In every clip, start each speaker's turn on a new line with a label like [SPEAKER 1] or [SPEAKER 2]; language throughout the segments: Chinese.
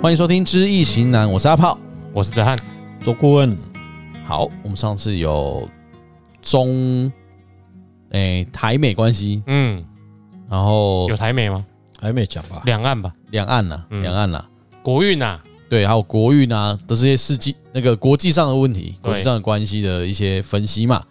[SPEAKER 1] 欢迎收听《知易行难》，我是阿炮。
[SPEAKER 2] 我是哲翰，
[SPEAKER 3] 做顾问，
[SPEAKER 1] 好，我们上次有中诶、台美关系，
[SPEAKER 2] 嗯，
[SPEAKER 1] 然后
[SPEAKER 2] 有台美吗？
[SPEAKER 3] 还没讲吧？
[SPEAKER 2] 两岸吧，
[SPEAKER 1] 两岸呐、
[SPEAKER 2] 嗯
[SPEAKER 1] 两岸呐、啊
[SPEAKER 2] 国运啊呐，
[SPEAKER 1] 对，还有国运啊的这些世纪那个国际上的问题，
[SPEAKER 2] 对
[SPEAKER 1] 国际上的关系的一些分析嘛。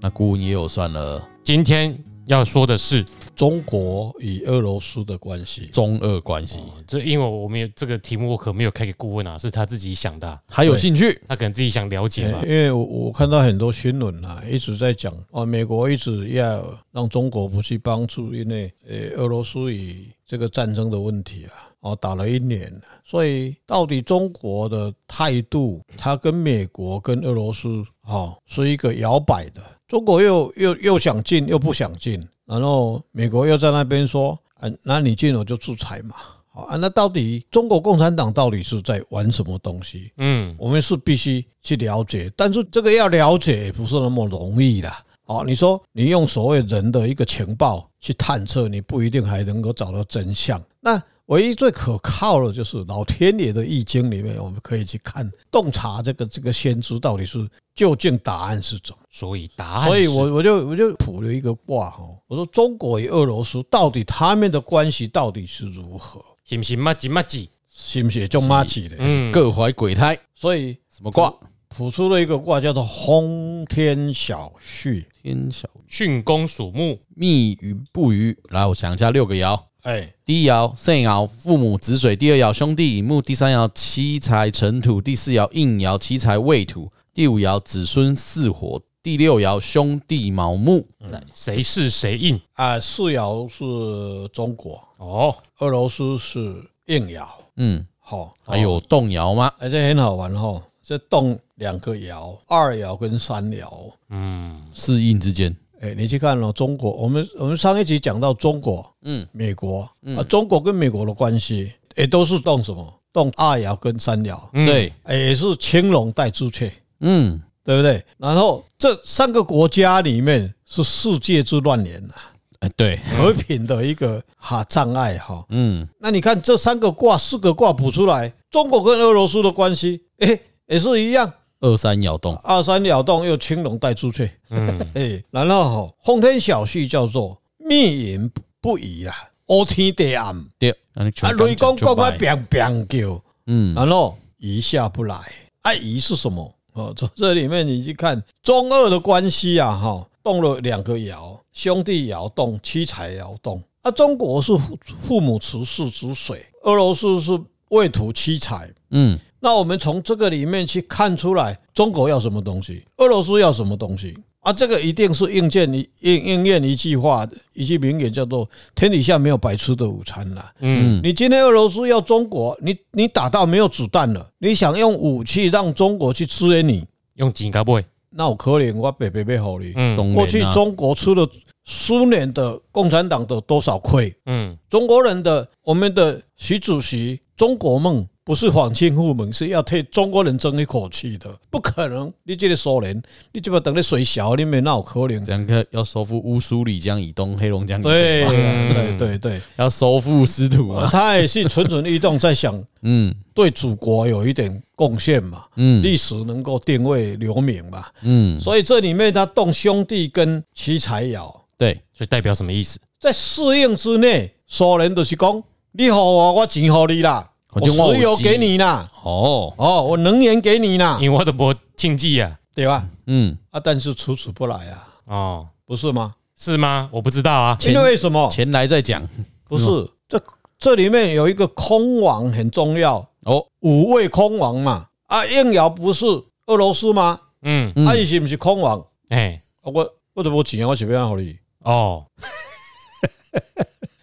[SPEAKER 1] 那顾问也有算了
[SPEAKER 2] 今天要说的是，
[SPEAKER 3] 中国与俄罗斯的关系，
[SPEAKER 1] 中俄关系，
[SPEAKER 2] 哦这因为我没有这个题目，我可没有开给顾问啊，是他自己想的啊、
[SPEAKER 1] 还有兴趣
[SPEAKER 2] 他可能自己想了解
[SPEAKER 3] 欸
[SPEAKER 2] 吧
[SPEAKER 3] 因。为我我看到很多新闻啊，一直在讲哦，美国一直要让中国不去帮助，因为呃，俄罗斯与这个战争的问题啊，哦，打了一年了，所以到底中国的态度，它跟美国跟俄罗斯哦是一个摇摆的，中国又又又想进又不想进，然后美国又在那边说，啊，那你进我就制裁嘛。好啊，那到底中国共产党到底是在玩什么东西？
[SPEAKER 2] 嗯，
[SPEAKER 3] 我们是必须去了解，但是这个要了解也不是那么容易啦。哦，你说你用所谓人的一个情报去探测，你不一定还能够找到真相。那唯一最可靠的就是老天爷的易经里面，我们可以去看洞察这个这个先知到底是究竟答案是怎么。
[SPEAKER 2] 所以答案是，
[SPEAKER 3] 所以我我就我就卜了一个卦哈，我说中国与俄罗斯到底他们的关系到底是如何？
[SPEAKER 2] 行不行嘛吉嘛吉，
[SPEAKER 3] 是不哎是就马起的？
[SPEAKER 2] 嗯，
[SPEAKER 1] 各怀鬼胎，
[SPEAKER 3] 所以
[SPEAKER 1] 什么卦？
[SPEAKER 3] 谱出了一个卦，叫做“轰天小旭
[SPEAKER 1] 天小
[SPEAKER 2] 巽宫属木，
[SPEAKER 1] 密与不与。来，我想一下六个爻。”。
[SPEAKER 3] 哎，
[SPEAKER 1] 第一爻肾爻，父母子水；第二爻兄弟乙木；第三爻七财辰土；第四爻应爻七财未土；第五爻子孙巳火；第六爻兄弟卯木。
[SPEAKER 3] 嗯
[SPEAKER 2] 来谁是谁应？
[SPEAKER 3] 啊，四爻是中国，
[SPEAKER 2] 哦，
[SPEAKER 3] 俄罗斯是应爻，
[SPEAKER 1] 嗯，
[SPEAKER 3] 好、
[SPEAKER 1] 还有动爻吗？
[SPEAKER 3] 哎，这很好玩哦，这动两个爻，二爻跟三爻。
[SPEAKER 2] 嗯，
[SPEAKER 1] 适应之间，
[SPEAKER 3] 哎，你去看哦，中国，我们我们上一集讲到中国、
[SPEAKER 1] 嗯，
[SPEAKER 3] 美国、啊，中国跟美国的关系，也都是动什么？动二爻跟三爻，
[SPEAKER 2] 嗯，
[SPEAKER 1] 对，
[SPEAKER 3] 哎也是青龙带朱雀，
[SPEAKER 1] 嗯，
[SPEAKER 3] 对不对？然后这三个国家里面是世界之乱源啊。
[SPEAKER 1] 哎，对，
[SPEAKER 3] 和平的一个哈障碍哈。
[SPEAKER 1] 嗯，
[SPEAKER 3] 那你看这三个卦、四个卦补出来，中国跟俄罗斯的关系，哎、也是一样，
[SPEAKER 1] 二三爻动，
[SPEAKER 3] 二三鸟动又青龙带朱雀，
[SPEAKER 2] 嗯，
[SPEAKER 3] 哎、然后吼、轰天小旭叫做密云不移啊，乌天地暗，啊
[SPEAKER 1] 对，那你全
[SPEAKER 3] 雷公
[SPEAKER 1] 讲
[SPEAKER 3] 公
[SPEAKER 1] 出
[SPEAKER 3] 啊
[SPEAKER 1] 来，
[SPEAKER 3] 砰砰叫，
[SPEAKER 1] 嗯，
[SPEAKER 3] 然后移下不来，啊，移是什么？哦，从这里面你去看中俄的关系啊，哈，动了两个爻，兄弟爻动，七财爻动。啊，中国是父父母慈氏之水，俄罗斯是未土七财。
[SPEAKER 1] 嗯，
[SPEAKER 3] 那我们从这个里面去看出来，中国要什么东西，俄罗斯要什么东西啊？这个一定是应验一应应验一句话，一句名言，叫做“天底下没有白吃的午餐”啦。
[SPEAKER 2] 嗯，
[SPEAKER 3] 你今天俄罗斯要中国，你你打到没有子弹了，你想用武器让中国去支援你，
[SPEAKER 2] 用金嘎不会，
[SPEAKER 3] 那我可怜我北北被吼你。
[SPEAKER 2] 嗯
[SPEAKER 1] 东
[SPEAKER 3] 过去
[SPEAKER 1] 联啊，
[SPEAKER 3] 中国吃了苏联的共产党的多少亏，
[SPEAKER 2] 嗯，
[SPEAKER 3] 中国人的我们的习主席中国梦。不是反清复明，是要替中国人争一口气的，不可能！你这个苏联，你这么等你水小，你没那有可能。
[SPEAKER 2] 嗯
[SPEAKER 1] 这样要要收复乌苏里江以东、黑龙江以北
[SPEAKER 3] 对
[SPEAKER 1] 嘛，
[SPEAKER 3] 对对对，
[SPEAKER 1] 要收复失土
[SPEAKER 2] 嗯
[SPEAKER 1] 嘛，
[SPEAKER 3] 他也是蠢蠢欲动，在想
[SPEAKER 1] 嗯
[SPEAKER 3] 对祖国有一点贡献嘛。
[SPEAKER 1] 嗯
[SPEAKER 3] 历史能够定位留名嘛。
[SPEAKER 1] 嗯，
[SPEAKER 3] 所以这里面他动兄弟跟七财爻，
[SPEAKER 1] 对，
[SPEAKER 2] 所以代表什么意思？
[SPEAKER 3] 在适应之内，所人就是讲，你好我，我钱好你啦，
[SPEAKER 1] 我
[SPEAKER 3] 我
[SPEAKER 1] 就我有
[SPEAKER 3] 石油
[SPEAKER 1] 钱嗯
[SPEAKER 3] 给你啦，
[SPEAKER 1] 哦，
[SPEAKER 3] 哦，我能源给你啦，
[SPEAKER 2] 因为我的博经济啊，
[SPEAKER 3] 对吧？
[SPEAKER 1] 嗯，
[SPEAKER 3] 啊，但是处处不来啊，
[SPEAKER 2] 哦，
[SPEAKER 3] 不是吗？
[SPEAKER 2] 是吗？我不知道啊，
[SPEAKER 1] 钱
[SPEAKER 3] 因为什么？
[SPEAKER 1] 钱嗯来再讲
[SPEAKER 3] 不是这这里面有一个空亡很重要，
[SPEAKER 1] 哦，
[SPEAKER 3] 五位空亡嘛。啊，应爻不是俄罗斯吗？
[SPEAKER 2] 嗯，
[SPEAKER 1] 嗯
[SPEAKER 3] 啊，伊是不是空亡？
[SPEAKER 2] 哎，
[SPEAKER 3] 啊我我都无钱，我是要好你。
[SPEAKER 2] 哦，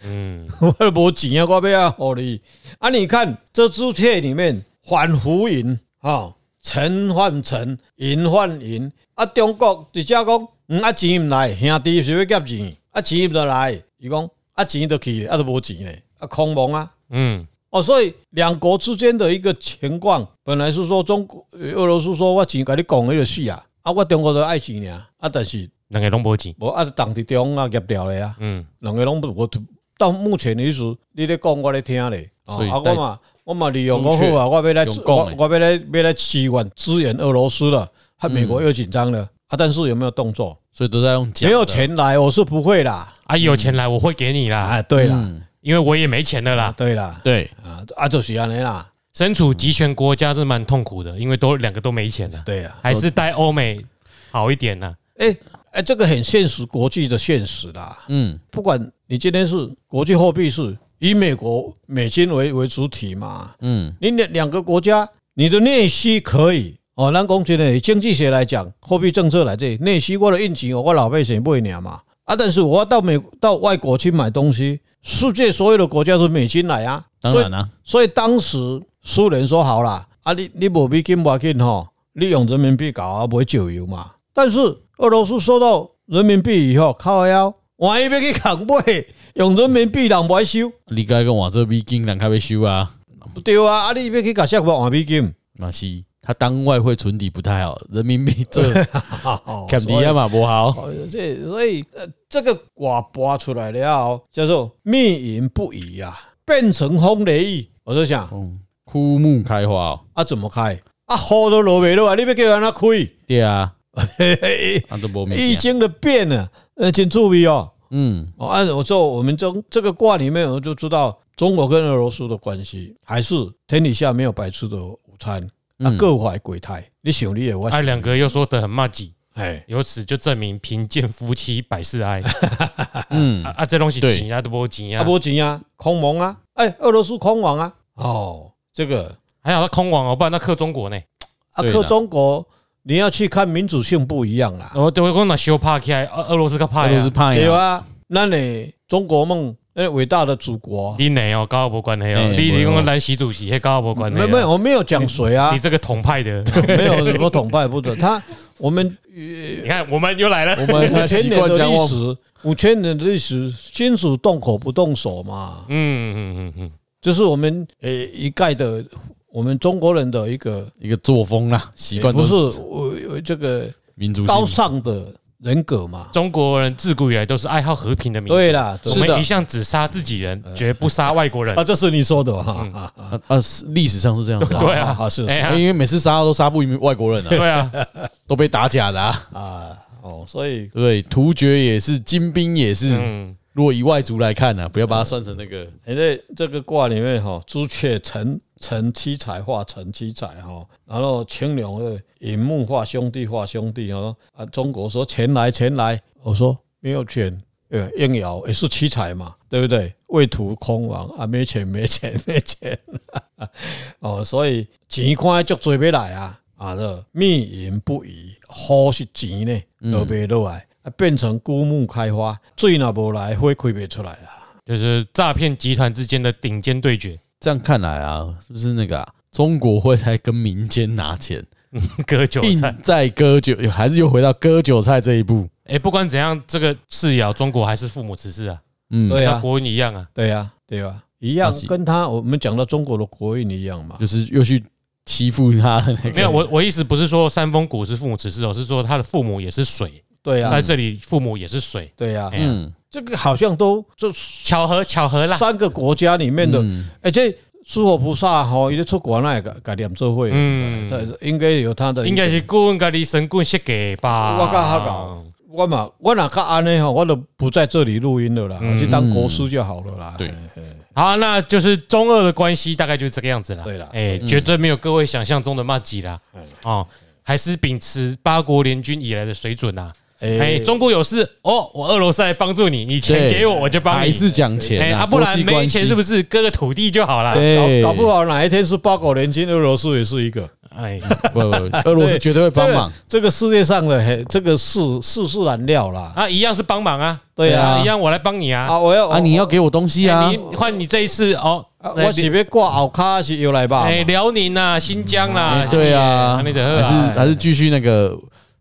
[SPEAKER 2] 嗯，
[SPEAKER 3] 我 无钱啊，我要互你。啊，你看这朱雀里面反浮云啊，尘换尘，云换云。啊，中国直接讲，嗯，啊钱毋来，兄弟是要夹钱，啊钱毋得来，伊讲啊钱都去了，啊都无钱咧，啊空蒙啊。
[SPEAKER 2] 嗯，
[SPEAKER 3] 哦，所以两国之间的一个情况，本来是说中国、呃俄罗斯说我钱甲你讲迄个死啊，啊我中国都爱钱尔，啊但是
[SPEAKER 2] 两个拢无钱，
[SPEAKER 3] 无啊，当地中啊夹掉咧啊。
[SPEAKER 2] 嗯，
[SPEAKER 3] 两个拢无，我到目前为止，你咧讲我咧听咧，哦
[SPEAKER 1] 所以
[SPEAKER 3] 啊
[SPEAKER 1] 代
[SPEAKER 3] 我嘛我嘛利用我好啊，我要来
[SPEAKER 1] 有共
[SPEAKER 3] 我
[SPEAKER 1] 欸
[SPEAKER 3] 我要来要来支援支援俄罗斯了，啊，美国又紧张了啊，但是有没有动作？
[SPEAKER 1] 所以都在用讲
[SPEAKER 3] 没
[SPEAKER 1] 的
[SPEAKER 3] 有钱来，我是不会啦。
[SPEAKER 2] 啊，有钱来我会给你啦，
[SPEAKER 3] 啊，对啦，
[SPEAKER 1] 嗯
[SPEAKER 2] 因为我也没钱了啦。
[SPEAKER 3] 对啦，
[SPEAKER 1] 对，
[SPEAKER 3] 啊啊，就是安尼啦，
[SPEAKER 2] 身处集权国家是蛮痛苦的，因为都两个都没钱了，
[SPEAKER 3] 对啊呀。
[SPEAKER 2] 还是待欧美好一点呐。
[SPEAKER 3] 哎哎，这个很现实，国际的现实啦。
[SPEAKER 1] 嗯，
[SPEAKER 3] 不管你今天是国际货币是以美国美金为为主体嘛，
[SPEAKER 1] 嗯，
[SPEAKER 3] 你两两个国家，你的内需可以哦。咱讲真的，以经济学来讲，货币政策来这内需我的运气，我老百姓不会鸟嘛。啊，但是我要到美到外国去买东西，世界所有的国家都美金来啊，
[SPEAKER 1] 当然啦、
[SPEAKER 3] 所以当时苏联说好啦，啊你你无美金无紧吼，你用人民币搞啊，不会石油嘛。但是俄罗斯收到人民币以后，靠腰，万一要去扛买，用人民币人不爱收，
[SPEAKER 1] 你该跟我这美金人开被收啊，
[SPEAKER 3] 不对啊，啊你要去甲谁换 美金？
[SPEAKER 1] 马西他当外汇存底不太好，人民币这
[SPEAKER 3] 哦
[SPEAKER 1] 看底下嘛不好，
[SPEAKER 3] 所以所以所以呃，这个卦拔出来了后，叫做密云不移啊，变成风雷雨。我就想
[SPEAKER 1] 嗯，枯木开花、哦，
[SPEAKER 3] 啊，怎么开？啊，雨都落袂落啊，你要叫人哪 开？
[SPEAKER 1] 对啊，那都无
[SPEAKER 3] 易
[SPEAKER 1] 没
[SPEAKER 3] 经的变啊，呃，真注味哦。
[SPEAKER 1] 嗯，
[SPEAKER 3] 哦，按我做我们中这个卦里面，我就知道中国跟俄罗斯的关系，还是天底下没有白吃的午餐，啊，
[SPEAKER 1] 嗯
[SPEAKER 3] 各怀鬼胎。你想你也我
[SPEAKER 2] 啊，
[SPEAKER 3] 想，
[SPEAKER 2] 两个又说得很骂几，
[SPEAKER 3] 哎，
[SPEAKER 2] 由此就证明贫贱夫妻百事哀
[SPEAKER 1] 嗯
[SPEAKER 2] 啊，啊，这东西
[SPEAKER 1] 对
[SPEAKER 2] 钱啊都不钱
[SPEAKER 3] 啊，
[SPEAKER 2] 啊，
[SPEAKER 3] 波钱啊，空蒙啊，哎，俄罗斯空王啊，哦，这个
[SPEAKER 2] 还好他空网哦，不然他克中国呢。
[SPEAKER 3] 啊，
[SPEAKER 1] 对啦
[SPEAKER 3] 克中国你要去看民主性不一样啦，
[SPEAKER 2] 哦我都会讲那修怕起来，啊俄俄罗斯个怕
[SPEAKER 1] 俄罗斯
[SPEAKER 2] 呀，
[SPEAKER 1] 怕
[SPEAKER 3] 对
[SPEAKER 1] 哎呀，
[SPEAKER 3] 啊，那你中国梦，那伟大的祖国，
[SPEAKER 2] 你哪哦，跟我无关系
[SPEAKER 1] 哎
[SPEAKER 2] 哦，你
[SPEAKER 1] 不会
[SPEAKER 2] 你
[SPEAKER 1] 不会
[SPEAKER 2] 讲咱习主席，迄跟我无
[SPEAKER 1] 哎
[SPEAKER 2] 关系
[SPEAKER 3] 没
[SPEAKER 2] 啊。
[SPEAKER 3] 没有，我没有讲谁啊
[SPEAKER 2] 你，这个统派的，
[SPEAKER 3] 没有什么统派不准，他我们
[SPEAKER 2] 你看我们又来了。
[SPEAKER 1] 我们
[SPEAKER 3] 五
[SPEAKER 1] 他
[SPEAKER 3] 千
[SPEAKER 1] 习
[SPEAKER 3] 年
[SPEAKER 1] 惯
[SPEAKER 3] 的
[SPEAKER 1] 讲
[SPEAKER 3] 历
[SPEAKER 1] 我
[SPEAKER 3] 史，五千年的历史，君主动口不动手嘛，
[SPEAKER 2] 嗯嗯嗯嗯
[SPEAKER 3] 这是我们呃一概的我们中国人的一个
[SPEAKER 1] 一个作风啦，习惯
[SPEAKER 3] 哎不
[SPEAKER 1] 都
[SPEAKER 3] 是我我这个
[SPEAKER 1] 民族性
[SPEAKER 3] 高尚的人格嘛。
[SPEAKER 2] 中国人自古以来都是爱好和平的民族。
[SPEAKER 3] 对啦，对
[SPEAKER 2] 我
[SPEAKER 1] 是的
[SPEAKER 2] 们一向只杀自己人，绝不杀外 国人
[SPEAKER 3] 啊，。这是你说的哈，
[SPEAKER 1] 啊啊，是历史上是这样子、啊。
[SPEAKER 2] 对啊
[SPEAKER 3] 啊，是
[SPEAKER 2] 哎
[SPEAKER 1] 因
[SPEAKER 2] 呀，
[SPEAKER 1] 为每次杀都杀不赢外国人 啊，
[SPEAKER 2] 对啊，
[SPEAKER 1] 都被打假的啊，
[SPEAKER 3] 啊，哦，所以
[SPEAKER 1] 对不对？突厥也是，金兵也是。
[SPEAKER 2] 嗯，
[SPEAKER 1] 如果以外族来看呢、啊，不要把它算成那个
[SPEAKER 3] 哎，在这个卦里面哈，朱雀成成七彩化成七彩哈，然后青龙呃引木化兄弟化兄弟哦啊，中国说钱来钱来，我说没有钱，呃，应爻也是七彩嘛，对不对？未土空亡啊，没钱没钱没钱， 哦，所以钱看足多要来啊啊，这密云不移，好是钱呢，
[SPEAKER 2] 嗯
[SPEAKER 1] 呃
[SPEAKER 3] 落袂落来，啊，变成枯木开花，水若无来，花开袂出来啊。
[SPEAKER 2] 就是诈骗集团之间的顶尖对决，
[SPEAKER 1] 这样看来啊，是不是那个、啊、中国会在跟民间拿钱，
[SPEAKER 2] 割韭
[SPEAKER 1] 并
[SPEAKER 2] 菜。
[SPEAKER 1] 在割韭，还是又回到割韭菜这一步？
[SPEAKER 2] 哎，不管怎样，这个事也好，中国还是父母之事啊，
[SPEAKER 1] 嗯，
[SPEAKER 3] 对啊
[SPEAKER 2] 跟，国文一样啊。
[SPEAKER 3] 对呀、对吧、一样
[SPEAKER 1] 那是
[SPEAKER 3] 跟他我们讲到中国的国运一样嘛。
[SPEAKER 1] 啊就是又去欺负他的 那个
[SPEAKER 2] 没有，我我意思不是说山峰谷是父母之事哦，是说他的父母也是水，
[SPEAKER 3] 对啊呀、
[SPEAKER 2] 在这里父母也是水，
[SPEAKER 3] 对呀、
[SPEAKER 2] 哎
[SPEAKER 1] 嗯，
[SPEAKER 3] 这个好像都这
[SPEAKER 2] 巧合巧合啦。
[SPEAKER 3] 三个国家里面的，
[SPEAKER 1] 嗯
[SPEAKER 3] 而且诸佛菩萨吼，伊咧出国那个改念做会，
[SPEAKER 2] 嗯，
[SPEAKER 3] 这应该有他的。
[SPEAKER 2] 应该是顾问家己神棍设计吧。
[SPEAKER 3] 我较好搞我嘛，我哪较安尼吼，我都不在这里录音了啦，
[SPEAKER 2] 嗯
[SPEAKER 3] 去当国师就好了啦。
[SPEAKER 1] 对
[SPEAKER 3] 嘿嘿
[SPEAKER 2] 好，那就是中俄的关系大概就是这个样子啦。
[SPEAKER 3] 对啦
[SPEAKER 2] 哎，
[SPEAKER 1] 嗯
[SPEAKER 2] 绝对没有各位想象中的骂几啦。
[SPEAKER 1] 哎
[SPEAKER 2] 哦，还是秉持八国联军以来的水准啦。哎，
[SPEAKER 3] 哎，
[SPEAKER 2] 中国有事哦，我俄罗斯来帮助你，你钱
[SPEAKER 1] 对
[SPEAKER 2] 给我，我就帮
[SPEAKER 1] 还
[SPEAKER 2] 你。
[SPEAKER 1] 是讲
[SPEAKER 2] 哎，
[SPEAKER 1] 钱
[SPEAKER 2] 啊，
[SPEAKER 1] 啊，
[SPEAKER 2] 不
[SPEAKER 1] 国
[SPEAKER 2] 然
[SPEAKER 1] 际
[SPEAKER 2] 没
[SPEAKER 1] 关系
[SPEAKER 2] 钱是不啊是割个土地就好啦？
[SPEAKER 1] 对
[SPEAKER 3] 搞搞不好哪一天是八国联军，俄罗斯也是一个。
[SPEAKER 2] 哎，
[SPEAKER 1] 不不， 俄罗斯绝对会帮忙。
[SPEAKER 3] 这个世界上的嘿，这个世世事难料啦。
[SPEAKER 2] 啊，一样是帮 忙啊。
[SPEAKER 3] 对啊
[SPEAKER 2] 一样我来帮你啊。
[SPEAKER 3] 啊，我要
[SPEAKER 1] 啊，你要给我东西啊
[SPEAKER 2] 哎，你换你这一次哦，
[SPEAKER 3] 啊，我是要挂后卡是由来吧？
[SPEAKER 2] 哎，辽宁啊，新疆啦
[SPEAKER 1] 哎，对啊，
[SPEAKER 2] 那
[SPEAKER 1] 还
[SPEAKER 2] 得
[SPEAKER 1] 是还是继续那个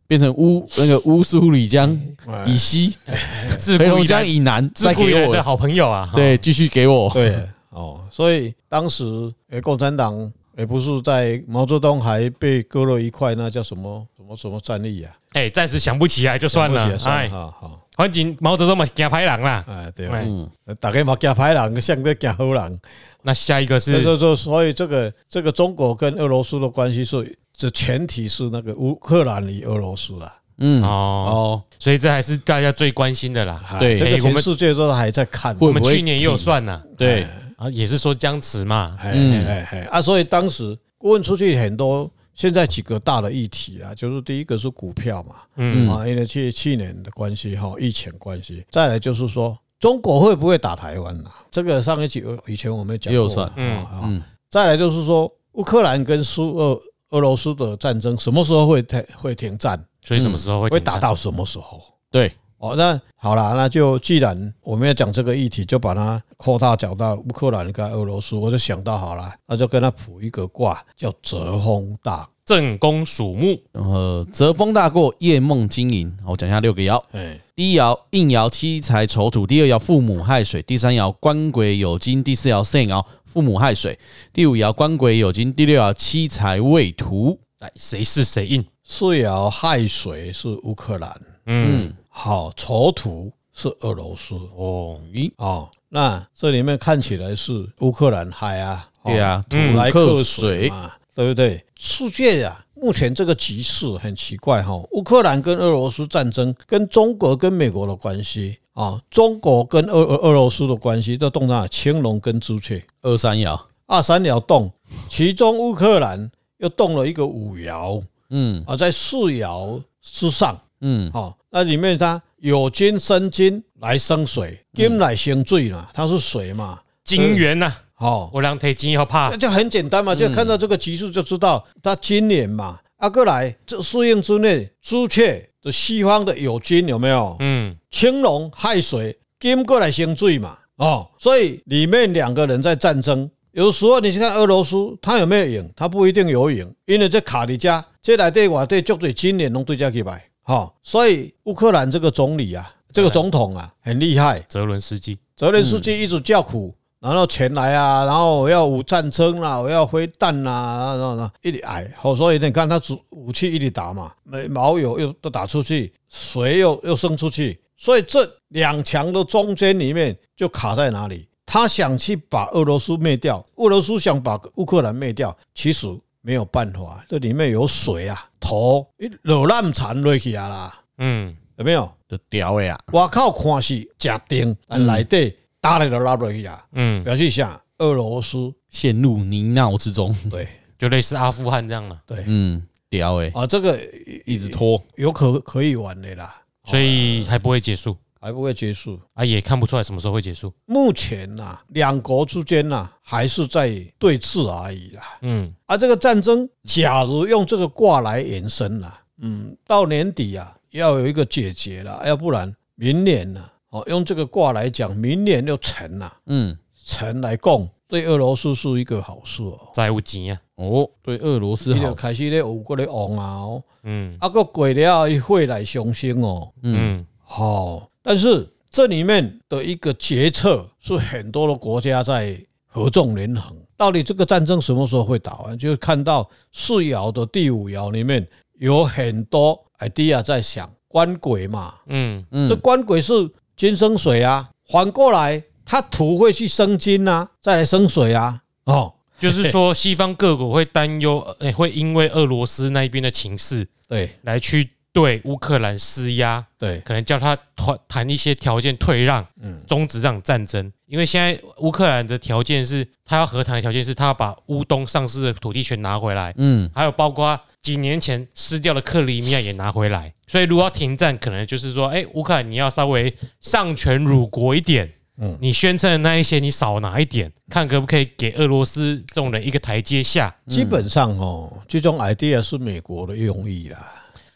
[SPEAKER 1] 变成乌那个乌苏里江以西、
[SPEAKER 2] 哎自
[SPEAKER 1] 黑
[SPEAKER 2] 古
[SPEAKER 1] 龙
[SPEAKER 2] 以来
[SPEAKER 1] 江以南，
[SPEAKER 2] 自
[SPEAKER 1] 再
[SPEAKER 2] 古以
[SPEAKER 1] 给
[SPEAKER 2] 来
[SPEAKER 1] 我
[SPEAKER 2] 的好朋友啊。
[SPEAKER 1] 对，继续给我。
[SPEAKER 3] 对，哦，所以当时诶，共产党也不是在毛泽东还被割了一块，那叫什么什么什么战役啊？
[SPEAKER 2] 哎，暂时想不起来就算
[SPEAKER 3] 想
[SPEAKER 2] 了
[SPEAKER 3] 不。起来
[SPEAKER 2] 哎
[SPEAKER 3] 算，了啊哈，好，
[SPEAKER 2] 反正毛泽东嘛是惊歹人啦。
[SPEAKER 3] 哎，对吧，
[SPEAKER 2] 哎，
[SPEAKER 1] 嗯，
[SPEAKER 3] 大家嘛惊歹人，像在惊好人，
[SPEAKER 2] 那下一个是
[SPEAKER 3] 所以说，所以这个这个中国跟俄罗斯的关系是，这前提是那个乌克兰与俄罗斯啊，
[SPEAKER 1] 嗯，
[SPEAKER 2] 哦，
[SPEAKER 1] 哦，
[SPEAKER 2] 所以这还是大家最关心的啦。
[SPEAKER 1] 对
[SPEAKER 3] 这
[SPEAKER 2] 哎
[SPEAKER 3] 个
[SPEAKER 2] 我
[SPEAKER 3] 全
[SPEAKER 2] 们
[SPEAKER 3] 世界都还在看嘛，
[SPEAKER 1] 会
[SPEAKER 2] 我
[SPEAKER 1] 不
[SPEAKER 2] 们
[SPEAKER 1] 会
[SPEAKER 2] 去年也有算呐，
[SPEAKER 1] 对，
[SPEAKER 2] 啊，也是说僵持嘛。
[SPEAKER 3] 哎
[SPEAKER 1] 嗯
[SPEAKER 3] 哎哎啊，所以当时顾问出去很多，现在几个大的议题啊，就是第一个是股票嘛，
[SPEAKER 2] 嗯
[SPEAKER 3] 啊，因为去去年的关系哈，疫情关系，再来就是说中国会不会打台湾呐、这个上一集有以前我们讲
[SPEAKER 1] 也有
[SPEAKER 3] 过，
[SPEAKER 1] 算
[SPEAKER 2] 嗯
[SPEAKER 3] 啊啊
[SPEAKER 1] 嗯
[SPEAKER 3] 再来就是说乌克兰跟苏俄俄罗斯的战争什么时候会停会停战，
[SPEAKER 2] 所以什么时候会
[SPEAKER 3] 会
[SPEAKER 2] 停战
[SPEAKER 3] 打？到什么时候？
[SPEAKER 1] 对，
[SPEAKER 3] 哦，那好啦，那就既然我们要讲这个议题，就把它扩大讲到乌克兰跟俄罗斯，我就想到好了，那就跟他卜一个卦，叫折风大。
[SPEAKER 2] 正宫属木，
[SPEAKER 1] 然后呃泽风大过，夜梦经营。好我讲一下六个爻：
[SPEAKER 3] 哎，
[SPEAKER 1] 第一爻应爻七财丑土，第二爻父母亥水，第三爻官鬼酉金，第四爻肾爻父母亥水，第五爻官鬼酉金，第六爻七财未土。
[SPEAKER 2] 来哎谁是谁硬？
[SPEAKER 3] 四爻亥水是乌克兰，
[SPEAKER 2] 嗯，
[SPEAKER 3] 好丑土是俄罗斯。
[SPEAKER 2] 哦，
[SPEAKER 1] 咦，
[SPEAKER 3] 哦，那这里面看起来是乌克兰海啊，哦
[SPEAKER 1] 对啊，土
[SPEAKER 2] 嗯
[SPEAKER 3] 来
[SPEAKER 1] 克水
[SPEAKER 3] 克水，啊嘛，对不对？世界啊，目前这个局势很奇怪哈、乌克兰跟俄罗斯战争，跟中国跟美国的关系啊，中国跟俄俄俄罗斯的关系，都动到青龙跟朱雀
[SPEAKER 1] 二三爻，
[SPEAKER 3] 二三爻动，其中乌克兰又动了一个五爻
[SPEAKER 1] 嗯
[SPEAKER 3] 啊，在四爻之上
[SPEAKER 1] 嗯，
[SPEAKER 3] 哦，那里面它有金生金来生水，金来生水嘛，它是水嘛，
[SPEAKER 2] 金元呐，
[SPEAKER 3] 哦，
[SPEAKER 2] 我让铁金要怕
[SPEAKER 3] 那，就很简单嘛，就看到这个级数就知道它今年嘛，啊，过来这四应之内，朱雀的西方的酉金有没有？
[SPEAKER 2] 嗯，
[SPEAKER 3] 青龙亥水，金过来相坠嘛，哦，所以里面两个人在战争。有时候你去看俄罗斯，他有没有赢？他不一定有赢，因为这卡里加这来对外对足对今年拢对家去买，哈、哦，所以乌克兰这个总理啊，这个总统啊，很厉害，
[SPEAKER 2] 泽伦斯基，
[SPEAKER 3] 泽连斯基一直叫苦，然后钱来啊，然后我要武战争啦、我要挥弹啦、然后呢一直挨，好，所以你看他主武器一直打嘛，没毛油又都打出去，水又又生出去，所以这两强的中间里面就卡在哪里？他想去把俄罗斯灭掉，俄罗斯想把乌克兰灭掉，其实没有办法，这里面有水啊，头一落烂残落去啊啦，
[SPEAKER 2] 嗯，
[SPEAKER 3] 有没有？
[SPEAKER 1] 就屌哎的呀，
[SPEAKER 3] 外口看是假定，但内底打了就拉落去啊！
[SPEAKER 2] 嗯，
[SPEAKER 3] 表示一下，俄罗斯
[SPEAKER 1] 陷入泥淖之中。
[SPEAKER 3] 对
[SPEAKER 2] 就类似阿富汗这样嘛。
[SPEAKER 3] 对
[SPEAKER 1] 嗯，屌哎，
[SPEAKER 3] 啊，这个
[SPEAKER 1] 一直拖。
[SPEAKER 3] 有可可以玩的啦，
[SPEAKER 2] 所以还不会结束
[SPEAKER 3] 还不会结束。
[SPEAKER 2] 啊，也看不出来什么时候会结束。
[SPEAKER 3] 目前呐、两国之间呐、还是在对峙而已啦。
[SPEAKER 2] 嗯，
[SPEAKER 3] 啊，这个战争，假如用这个卦来延伸啦、嗯，到年底啊，要有一个解决啦，要不然明年呢、哦，用这个卦来讲，明年就成了、
[SPEAKER 1] 嗯，
[SPEAKER 3] 成来供，对俄罗斯是一个好事哦。
[SPEAKER 2] 债务钱啊，
[SPEAKER 1] 哦，对，俄罗斯
[SPEAKER 3] 伊就
[SPEAKER 1] 好，
[SPEAKER 3] 开始咧有嗰咧旺啊，哦
[SPEAKER 2] 嗯
[SPEAKER 3] 啊个过了伊会来上升哦，
[SPEAKER 2] 嗯，
[SPEAKER 3] 吼、但是这里面的一个决策是很多的国家在合纵连横，到底这个战争什么时候会打完？就看到四爻的第五爻里面有很多 idea 在想官鬼嘛，
[SPEAKER 2] 嗯，
[SPEAKER 3] 这
[SPEAKER 1] 嗯
[SPEAKER 3] 官鬼是金生水啊，反过来它土会去生金啊，再来生水啊，哦，
[SPEAKER 2] 就是说西方各国会担忧，诶、会因为俄罗斯那一边的情势
[SPEAKER 3] 对
[SPEAKER 2] 来去对乌克兰施压，
[SPEAKER 3] 对，
[SPEAKER 2] 可能叫他团谈一些条件退让，
[SPEAKER 3] 嗯
[SPEAKER 2] 终止这场战争。因为现在乌克兰的条件是，他要和谈的条件是他要把乌东丧失的土地权拿回来，
[SPEAKER 1] 嗯，
[SPEAKER 2] 还有包括几年前失掉的克里米亚也拿回来。所以如果要停战，可能就是说，哎、乌克兰你要稍微上权辱国一点。
[SPEAKER 3] 嗯
[SPEAKER 2] 你宣称的那一些，你少拿一点，看可不可以给俄罗斯这种人一个台阶下。
[SPEAKER 3] 基本上哦，这种 idea 是美国的用意啦。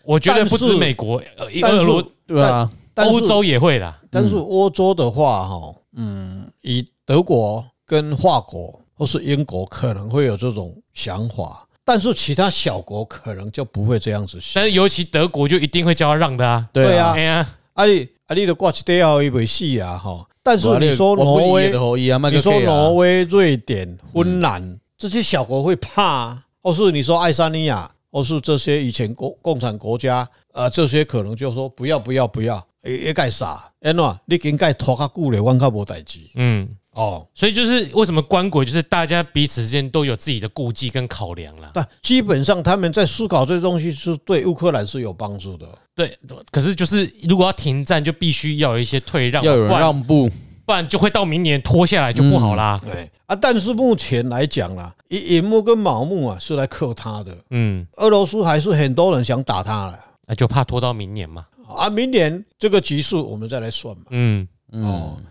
[SPEAKER 2] 我觉得不
[SPEAKER 3] 但
[SPEAKER 2] 止
[SPEAKER 3] 是
[SPEAKER 2] 美国，呃
[SPEAKER 3] 但是
[SPEAKER 2] 俄罗
[SPEAKER 1] 对啊，
[SPEAKER 3] 但是
[SPEAKER 2] 欧洲嗯也会啦。
[SPEAKER 3] 但是欧洲的话，哈，嗯，以德国跟法国或是英国可能会有这种想法，但是其他小国可能就不会这样子想
[SPEAKER 2] 但。是尤其德国就一定会叫他让的啊。
[SPEAKER 1] 对
[SPEAKER 3] 对啊
[SPEAKER 2] 哎呀，
[SPEAKER 3] 啊你啊你的挂起掉也没戏啊，哈。但是你说挪威
[SPEAKER 1] 的，后裔啊，麦克
[SPEAKER 3] 你说
[SPEAKER 1] 菲啊
[SPEAKER 3] 挪威、瑞典、芬兰这些小国会怕、啊，或是你说爱沙尼亚，或是这些以前共共产国家，呃，这些可能就说不要不要不要，也也该傻，哎喏，你应该拖较久咧，阮较无代志。
[SPEAKER 2] 嗯，
[SPEAKER 3] 哦，
[SPEAKER 2] 所以就是为什么官国就是大家彼此之间都有自己的顾忌跟考量啦。
[SPEAKER 3] 但基本上他们在思考这东西是对乌克兰是有帮助的。
[SPEAKER 2] 对，可是就是如果要停战，就必须要有一些退让，
[SPEAKER 1] 要有人
[SPEAKER 2] 不然
[SPEAKER 1] 让步，
[SPEAKER 2] 不然就会到明年拖下来就不好啦。
[SPEAKER 3] 对啊，但是目前来讲啊啦，银银幕跟盲目啊是来克他的，
[SPEAKER 2] 嗯，
[SPEAKER 3] 俄罗斯还是很多人想打他了。
[SPEAKER 2] 那就怕拖到明年嘛。
[SPEAKER 3] 啊，明年这个局势我们再来算嘛。
[SPEAKER 2] 嗯，
[SPEAKER 1] 嗯，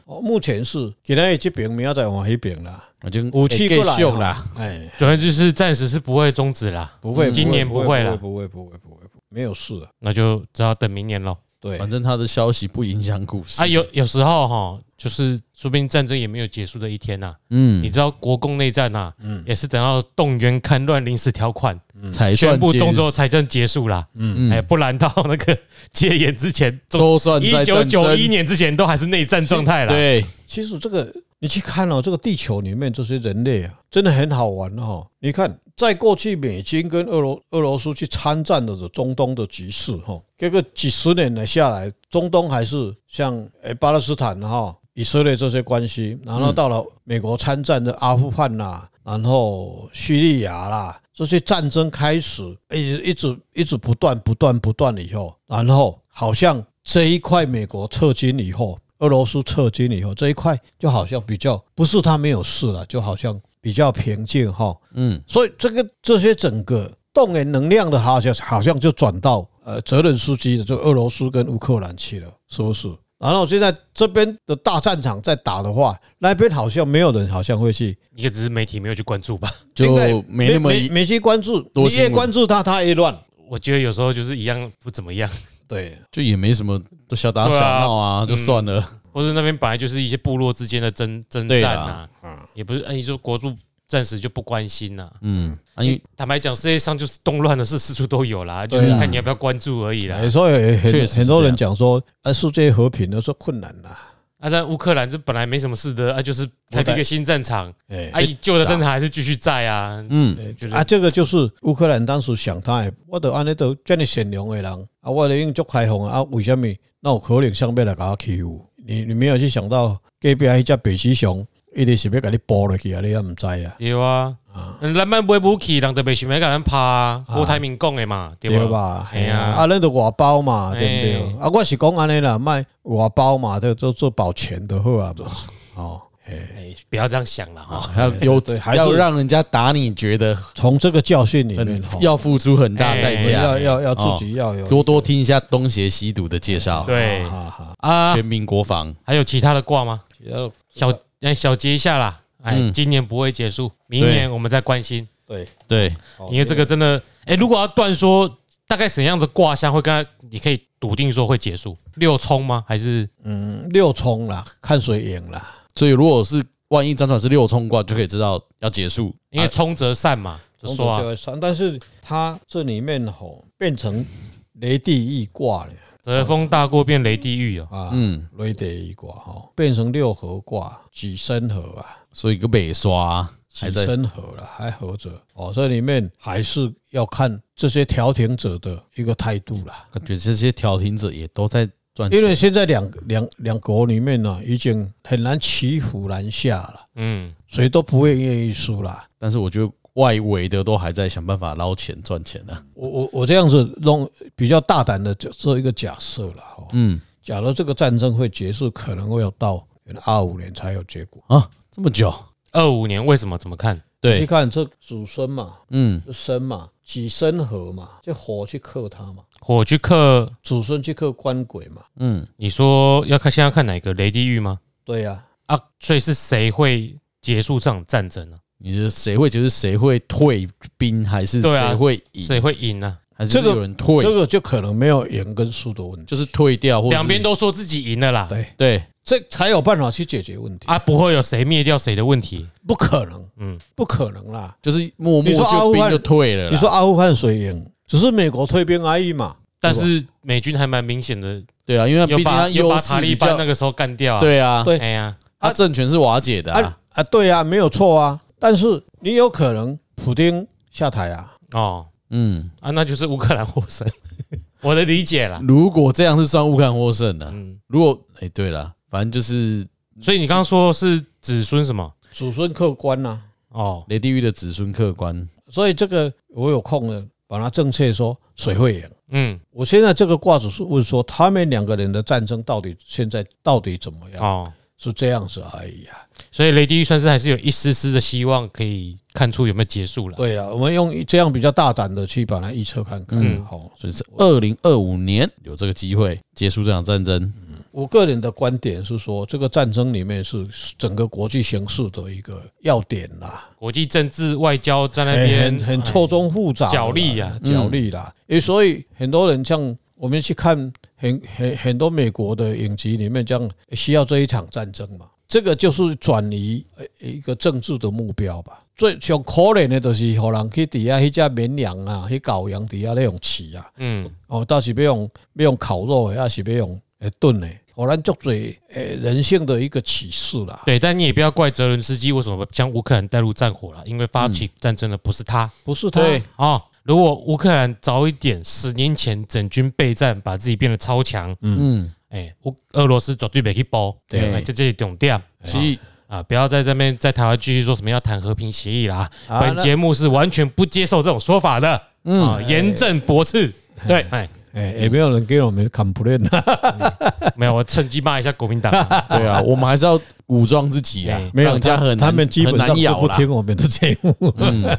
[SPEAKER 3] 哦，目前是今天这边，明仔载往那边啦，
[SPEAKER 1] 我就
[SPEAKER 3] 武器过来
[SPEAKER 1] 秀啦，，
[SPEAKER 3] 哎，
[SPEAKER 2] 主要就是暂时是不会终止啦，
[SPEAKER 3] 不会，
[SPEAKER 2] 嗯今年
[SPEAKER 3] 不
[SPEAKER 2] 不会啦
[SPEAKER 3] 不会，不会，不会，不会，没有事啊。
[SPEAKER 2] 那就只好等明年喽。
[SPEAKER 3] 对，
[SPEAKER 1] 反正他的消息不影响股市
[SPEAKER 2] 啊，有有时候哈，就是说不定战争也没有结束的一天呐、你
[SPEAKER 1] 嗯，
[SPEAKER 2] 知道国共内战呐、也是等到动员戡乱临时条款
[SPEAKER 3] 嗯
[SPEAKER 1] 才
[SPEAKER 2] 宣
[SPEAKER 1] 算
[SPEAKER 2] 布
[SPEAKER 1] 结
[SPEAKER 2] 中之后才算结束啦。
[SPEAKER 1] 嗯
[SPEAKER 2] 哎，不然到那个戒严之前，中
[SPEAKER 1] 都算
[SPEAKER 2] 一
[SPEAKER 1] 在
[SPEAKER 2] 九
[SPEAKER 1] 战
[SPEAKER 2] 九
[SPEAKER 1] 争
[SPEAKER 2] 一年之前都还是内战状态啦。，
[SPEAKER 1] 对，
[SPEAKER 3] 其实这个你去看哦，这个地球里面这些人类啊，真的很好玩哦。你看，在过去美军跟俄罗俄罗斯去参战的中东的局势哈、哦，这个几十年来下来，中东还是像诶巴勒斯坦哈、以色列这些关系，然后到了美国参战的阿富汗啦、然后叙利亚啦。这些战争开始，一直一直一直不断不断不断以后，然后好像这一块美国撤军以后，俄罗斯撤军以后，这一块就好像比较不是他没有事了，就好像比较平静哈。
[SPEAKER 1] 嗯，
[SPEAKER 3] 所以这个这些整个动员能量的，好像好像就转到呃泽连斯基的就俄罗斯跟乌克兰去了，是不是？然后现在这边的大战场在打的话，那边好像没有人，好像会去，
[SPEAKER 2] 也只是媒体没有去关注吧。
[SPEAKER 1] 就
[SPEAKER 3] 应该
[SPEAKER 1] 没那么
[SPEAKER 3] 没没去关注，
[SPEAKER 1] 多
[SPEAKER 3] 你
[SPEAKER 1] 新闻
[SPEAKER 3] 越关注他，他越乱。
[SPEAKER 2] 我觉得有时候就是一样不怎么样，
[SPEAKER 3] 对，
[SPEAKER 1] 就也没什么都小打
[SPEAKER 2] 对
[SPEAKER 1] 小
[SPEAKER 2] 啊
[SPEAKER 1] 闹啊，就算了，
[SPEAKER 2] 或者那边本来就是一些部落之间的争征
[SPEAKER 1] 对
[SPEAKER 2] 战
[SPEAKER 1] 啊
[SPEAKER 2] 啊，也不是，哎，你说国驻暂时就不关心呐、
[SPEAKER 1] 嗯，啊因为
[SPEAKER 2] 坦白讲，世界上就是动乱的事四处都有啦，就是
[SPEAKER 3] 对啊
[SPEAKER 2] 看你要不要关注而已啦。
[SPEAKER 3] 有时候也
[SPEAKER 1] 确
[SPEAKER 3] 啊很
[SPEAKER 1] 实是
[SPEAKER 3] 很多
[SPEAKER 1] 这
[SPEAKER 3] 人
[SPEAKER 1] 样
[SPEAKER 3] 讲说，啊，世界和平的说困难啦，
[SPEAKER 2] 啊，但乌克兰这本来没什么事的，啊，就是开辟一个新战场，
[SPEAKER 3] 哎
[SPEAKER 2] 啊，旧的战场还是继续在啊。
[SPEAKER 1] 嗯，
[SPEAKER 2] 就是
[SPEAKER 3] 啊，这个就是乌克兰当时想他的，哎我都安尼都这么善良的人啊，我都用足开放的啊，为什么那有可能上面来甲我欺负？你你没有去想到隔壁迄只北极熊，伊直是要甲你剥落去啊，你也毋知啊，
[SPEAKER 2] 对啊，嗯咱们买武器，人就袂想要甲咱拍啊。郭台铭讲的嘛，对
[SPEAKER 3] 对
[SPEAKER 2] 吧？
[SPEAKER 3] 吧？
[SPEAKER 2] 哎呀
[SPEAKER 3] 啊，咱都外包嘛，对不对？
[SPEAKER 2] 哎
[SPEAKER 3] 啊，我是讲安尼啦，卖外包嘛，都做做保全就好啊嘛，哦。嘿
[SPEAKER 2] 哎，不要这样想了哈。
[SPEAKER 1] 啊还要丢
[SPEAKER 3] 对，还是
[SPEAKER 1] 要让人家打你，觉得
[SPEAKER 3] 从这个教训里面
[SPEAKER 1] 很，
[SPEAKER 3] 吼
[SPEAKER 1] 要付出很大代
[SPEAKER 2] 哎
[SPEAKER 1] 价
[SPEAKER 3] 要。要要
[SPEAKER 1] 哦
[SPEAKER 3] 自己要有
[SPEAKER 1] 多多听一下东邪西毒的介绍，
[SPEAKER 2] 对
[SPEAKER 3] 哈哈，
[SPEAKER 2] 啊，
[SPEAKER 1] 全民国防，
[SPEAKER 2] 还有其他的挂吗？
[SPEAKER 3] 要
[SPEAKER 2] 小哎，小结一下啦。哎，
[SPEAKER 1] 嗯
[SPEAKER 2] 今年不会结束，明
[SPEAKER 1] 对哦
[SPEAKER 2] 年我们再关心，
[SPEAKER 3] 对，哦
[SPEAKER 1] 对，
[SPEAKER 2] 因为这个真的，哎，如果要断说大概什么样的卦象会跟他，你可以笃定说会结束六冲吗？还是
[SPEAKER 3] 嗯六冲啦，看谁赢啦。
[SPEAKER 1] 所以如果是万一张转是六冲卦，就可以知道要结束，
[SPEAKER 2] 因为冲则散嘛，就
[SPEAKER 3] 中
[SPEAKER 2] 说
[SPEAKER 3] 国
[SPEAKER 2] 啊
[SPEAKER 3] 就，会上，但是它这里面吼变成雷地一卦了
[SPEAKER 2] 则风大过变雷地狱哦。
[SPEAKER 3] 啊，
[SPEAKER 1] 嗯，
[SPEAKER 3] 雷地一卦哈，变成六合卦，己申合啊，
[SPEAKER 1] 所以个北刷还
[SPEAKER 3] 己
[SPEAKER 1] 在
[SPEAKER 3] 申合了，还合着哦，这里面还是要看这些调停者的一个态度啦。
[SPEAKER 1] 感觉这些调停者也都在赚钱，
[SPEAKER 3] 因为现在两两两国里面呢、已经很难骑虎难下了，
[SPEAKER 2] 嗯，
[SPEAKER 3] 谁都不会愿意输啦。
[SPEAKER 1] 但是我觉得外围的都还在想办法捞钱赚钱呢、啊
[SPEAKER 3] 我我我这样子弄比较大胆的做一个假设了哈，
[SPEAKER 1] 嗯，
[SPEAKER 3] 假如这个战争会结束，可能会要到二五年才有结果。
[SPEAKER 1] 啊，这么久，
[SPEAKER 2] 二五年为什么？怎么看？
[SPEAKER 3] 去
[SPEAKER 1] 对，
[SPEAKER 3] 看这祖孙嘛，
[SPEAKER 1] 嗯，
[SPEAKER 3] 这生嘛，己生合嘛，这火去克他嘛，
[SPEAKER 2] 火去克，
[SPEAKER 3] 祖孙去克官鬼嘛，
[SPEAKER 1] 嗯，
[SPEAKER 2] 你说要看现在要看哪个雷地狱吗？
[SPEAKER 3] 对呀、
[SPEAKER 2] 啊，所以是谁会结束这场战争呢、
[SPEAKER 1] 你觉得谁会觉得谁会退兵，还是
[SPEAKER 2] 对啊
[SPEAKER 1] 谁会赢，
[SPEAKER 2] 谁会赢呢、
[SPEAKER 1] 还是
[SPEAKER 3] 这个
[SPEAKER 1] 有人退，
[SPEAKER 3] 这个就可能没有赢跟输的问题，
[SPEAKER 1] 就是退掉，或者是
[SPEAKER 2] 两边都说自己赢了啦，
[SPEAKER 3] 对，
[SPEAKER 1] 对，
[SPEAKER 3] 这才有办法去解决问题，
[SPEAKER 2] 啊，不会有谁灭掉谁的问题。
[SPEAKER 3] 不可能，
[SPEAKER 2] 嗯，
[SPEAKER 3] 不可能啦！
[SPEAKER 1] 就是默默
[SPEAKER 3] 你说阿
[SPEAKER 1] 就
[SPEAKER 3] 富
[SPEAKER 1] 兵
[SPEAKER 3] 汗
[SPEAKER 1] 就退了啦。
[SPEAKER 3] 你说阿富汗谁赢？只是美国退兵而已嘛，
[SPEAKER 2] 但是美军还蛮明显的，
[SPEAKER 1] 对啊，因为他
[SPEAKER 2] 有
[SPEAKER 1] 毕竟
[SPEAKER 2] 把
[SPEAKER 1] 他
[SPEAKER 2] 有
[SPEAKER 1] 优
[SPEAKER 2] 把塔
[SPEAKER 1] 势
[SPEAKER 2] 利
[SPEAKER 1] 比
[SPEAKER 2] 班那
[SPEAKER 1] 较，
[SPEAKER 2] 个时候干掉、啊。，
[SPEAKER 1] 对啊，
[SPEAKER 3] 对
[SPEAKER 2] 哎呀，
[SPEAKER 1] 他政权是瓦解的啊
[SPEAKER 3] 啊，啊，对啊，没有错啊，但是你有可能普丁下台啊，
[SPEAKER 2] 哦
[SPEAKER 1] 嗯，
[SPEAKER 2] 啊，那就是乌克兰获胜， 我的理解啦。
[SPEAKER 1] 如果这样是算乌克兰获胜的，
[SPEAKER 2] 嗯，
[SPEAKER 1] 如果哎，对了，反正就是
[SPEAKER 2] 所以你刚刚说是子孙什么？
[SPEAKER 3] 子孙客观呐、
[SPEAKER 2] 哦，
[SPEAKER 1] 雷地狱的子孙客观，
[SPEAKER 3] 所以这个我有空呢，把它正确说，谁会赢？
[SPEAKER 2] 嗯，
[SPEAKER 3] 我现在这个卦主是问说，他们两个人的战争到底现在到底怎么样？
[SPEAKER 2] 哦，
[SPEAKER 3] 是这样子而已啊。
[SPEAKER 2] 所以雷地狱算是还是有一丝丝的希望，可以看出有没有结束了。
[SPEAKER 3] 对啊，我们用这样比较大胆的去把它预测看看。啊
[SPEAKER 2] 嗯
[SPEAKER 3] 好，
[SPEAKER 1] 所以是二零二五年有这个机会结束这场战争。
[SPEAKER 3] 我个人的观点是说，这个战争里面是整个国际形势的一个要点啊啦，
[SPEAKER 2] 国际政治外交在那边
[SPEAKER 3] 哎
[SPEAKER 1] 哎
[SPEAKER 2] 哎
[SPEAKER 3] 很很错综复杂啦，
[SPEAKER 2] 角力呀
[SPEAKER 1] 嗯
[SPEAKER 3] 角力啦。诶，所以很多人像我们去看很很很多美国的影集里面，这样需要这一场战争嘛？这个就是转移呃一个政治的目标吧。最上可怜的就是，让人去底下迄只绵羊啊，去羔羊底下那种饲啊。
[SPEAKER 2] 嗯，
[SPEAKER 3] 哦，倒是要用要用烤肉的，还是要用诶炖的，哦，咱足侪诶人性的一个启示啦。
[SPEAKER 2] 对，但你也不要怪泽伦斯基为什么将乌克兰带入战火了，因为发
[SPEAKER 1] 嗯
[SPEAKER 2] 起战争的不是他
[SPEAKER 3] 不是他，
[SPEAKER 1] 对
[SPEAKER 2] 哦。如果乌克兰早一点，十年前整军备战，把自己变得超强，
[SPEAKER 1] 嗯，
[SPEAKER 2] 哎，乌俄罗斯绝对没去包，
[SPEAKER 1] 对
[SPEAKER 2] 哎这这重点
[SPEAKER 3] 哎
[SPEAKER 1] 是
[SPEAKER 2] 啊！不要在这边在台湾继续说什么要谈和平协议啦，
[SPEAKER 3] 啊
[SPEAKER 2] 本节目是完全不接受这种说法的，
[SPEAKER 1] 嗯
[SPEAKER 2] 啊，严正驳斥。对，哎，
[SPEAKER 3] 诶、也没有人给我们 complain 啊，
[SPEAKER 2] 没有，我趁机骂一下 国民党啊。
[SPEAKER 1] 对啊，我们还是要武装自己啊
[SPEAKER 2] 哎，
[SPEAKER 3] 没有
[SPEAKER 1] 让人家
[SPEAKER 3] 他
[SPEAKER 1] 很
[SPEAKER 3] 他们基本上
[SPEAKER 1] 很难
[SPEAKER 3] 是
[SPEAKER 1] 咬
[SPEAKER 3] 不
[SPEAKER 1] 啦
[SPEAKER 3] 听我们的节目。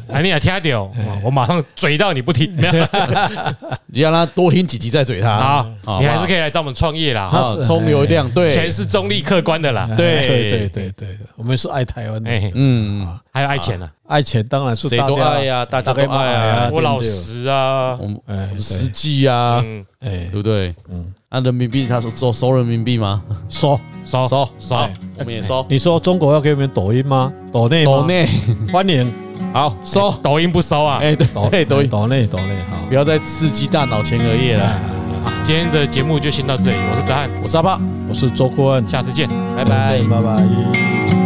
[SPEAKER 2] 啊，你也听到，
[SPEAKER 1] 哎
[SPEAKER 2] 哇我马上嘴到你不听，没有
[SPEAKER 1] 你让他多听几集再嘴他
[SPEAKER 2] 啊，
[SPEAKER 1] 好
[SPEAKER 2] 你还是可以来找我们创业啦，哈，
[SPEAKER 1] 啊，充流量
[SPEAKER 2] 钱
[SPEAKER 3] 哎
[SPEAKER 1] 对，
[SPEAKER 2] 是中立客观的啦，
[SPEAKER 3] 对对，对对，我们是爱台湾的，
[SPEAKER 2] 哎，
[SPEAKER 1] 嗯，
[SPEAKER 2] 还有爱钱啊呢，
[SPEAKER 3] 爱钱当然是
[SPEAKER 1] 谁
[SPEAKER 3] 大
[SPEAKER 1] 都
[SPEAKER 3] 家
[SPEAKER 1] 爱呀，大家都
[SPEAKER 3] 大家
[SPEAKER 1] 爱
[SPEAKER 3] 爱
[SPEAKER 1] 啊
[SPEAKER 3] 啊，
[SPEAKER 2] 我老实啊，
[SPEAKER 1] 我们
[SPEAKER 3] 哎，
[SPEAKER 1] 实
[SPEAKER 3] 对，
[SPEAKER 1] 际啊，
[SPEAKER 2] 嗯，
[SPEAKER 3] 哎
[SPEAKER 1] 对，不对？
[SPEAKER 3] 嗯
[SPEAKER 1] 嗯，按人民币，他说收收人民币吗？
[SPEAKER 3] 说
[SPEAKER 2] 收
[SPEAKER 1] 收
[SPEAKER 2] 收，哎
[SPEAKER 1] 好，我们也收。
[SPEAKER 3] 你说中国要给我们抖音吗？抖内吗
[SPEAKER 1] 抖内
[SPEAKER 3] 欢迎
[SPEAKER 1] 好收，
[SPEAKER 2] 抖音不收啊，
[SPEAKER 1] 哎，对
[SPEAKER 3] 抖
[SPEAKER 1] 对，抖音
[SPEAKER 3] 抖内抖内好
[SPEAKER 1] 不。要再刺激大脑前额叶了。
[SPEAKER 2] 啊今天的节目就先到这里，我是泽汉，
[SPEAKER 1] 我是阿爸，
[SPEAKER 3] 我是周坤，
[SPEAKER 2] 下次见。
[SPEAKER 1] 拜
[SPEAKER 3] 再见拜拜。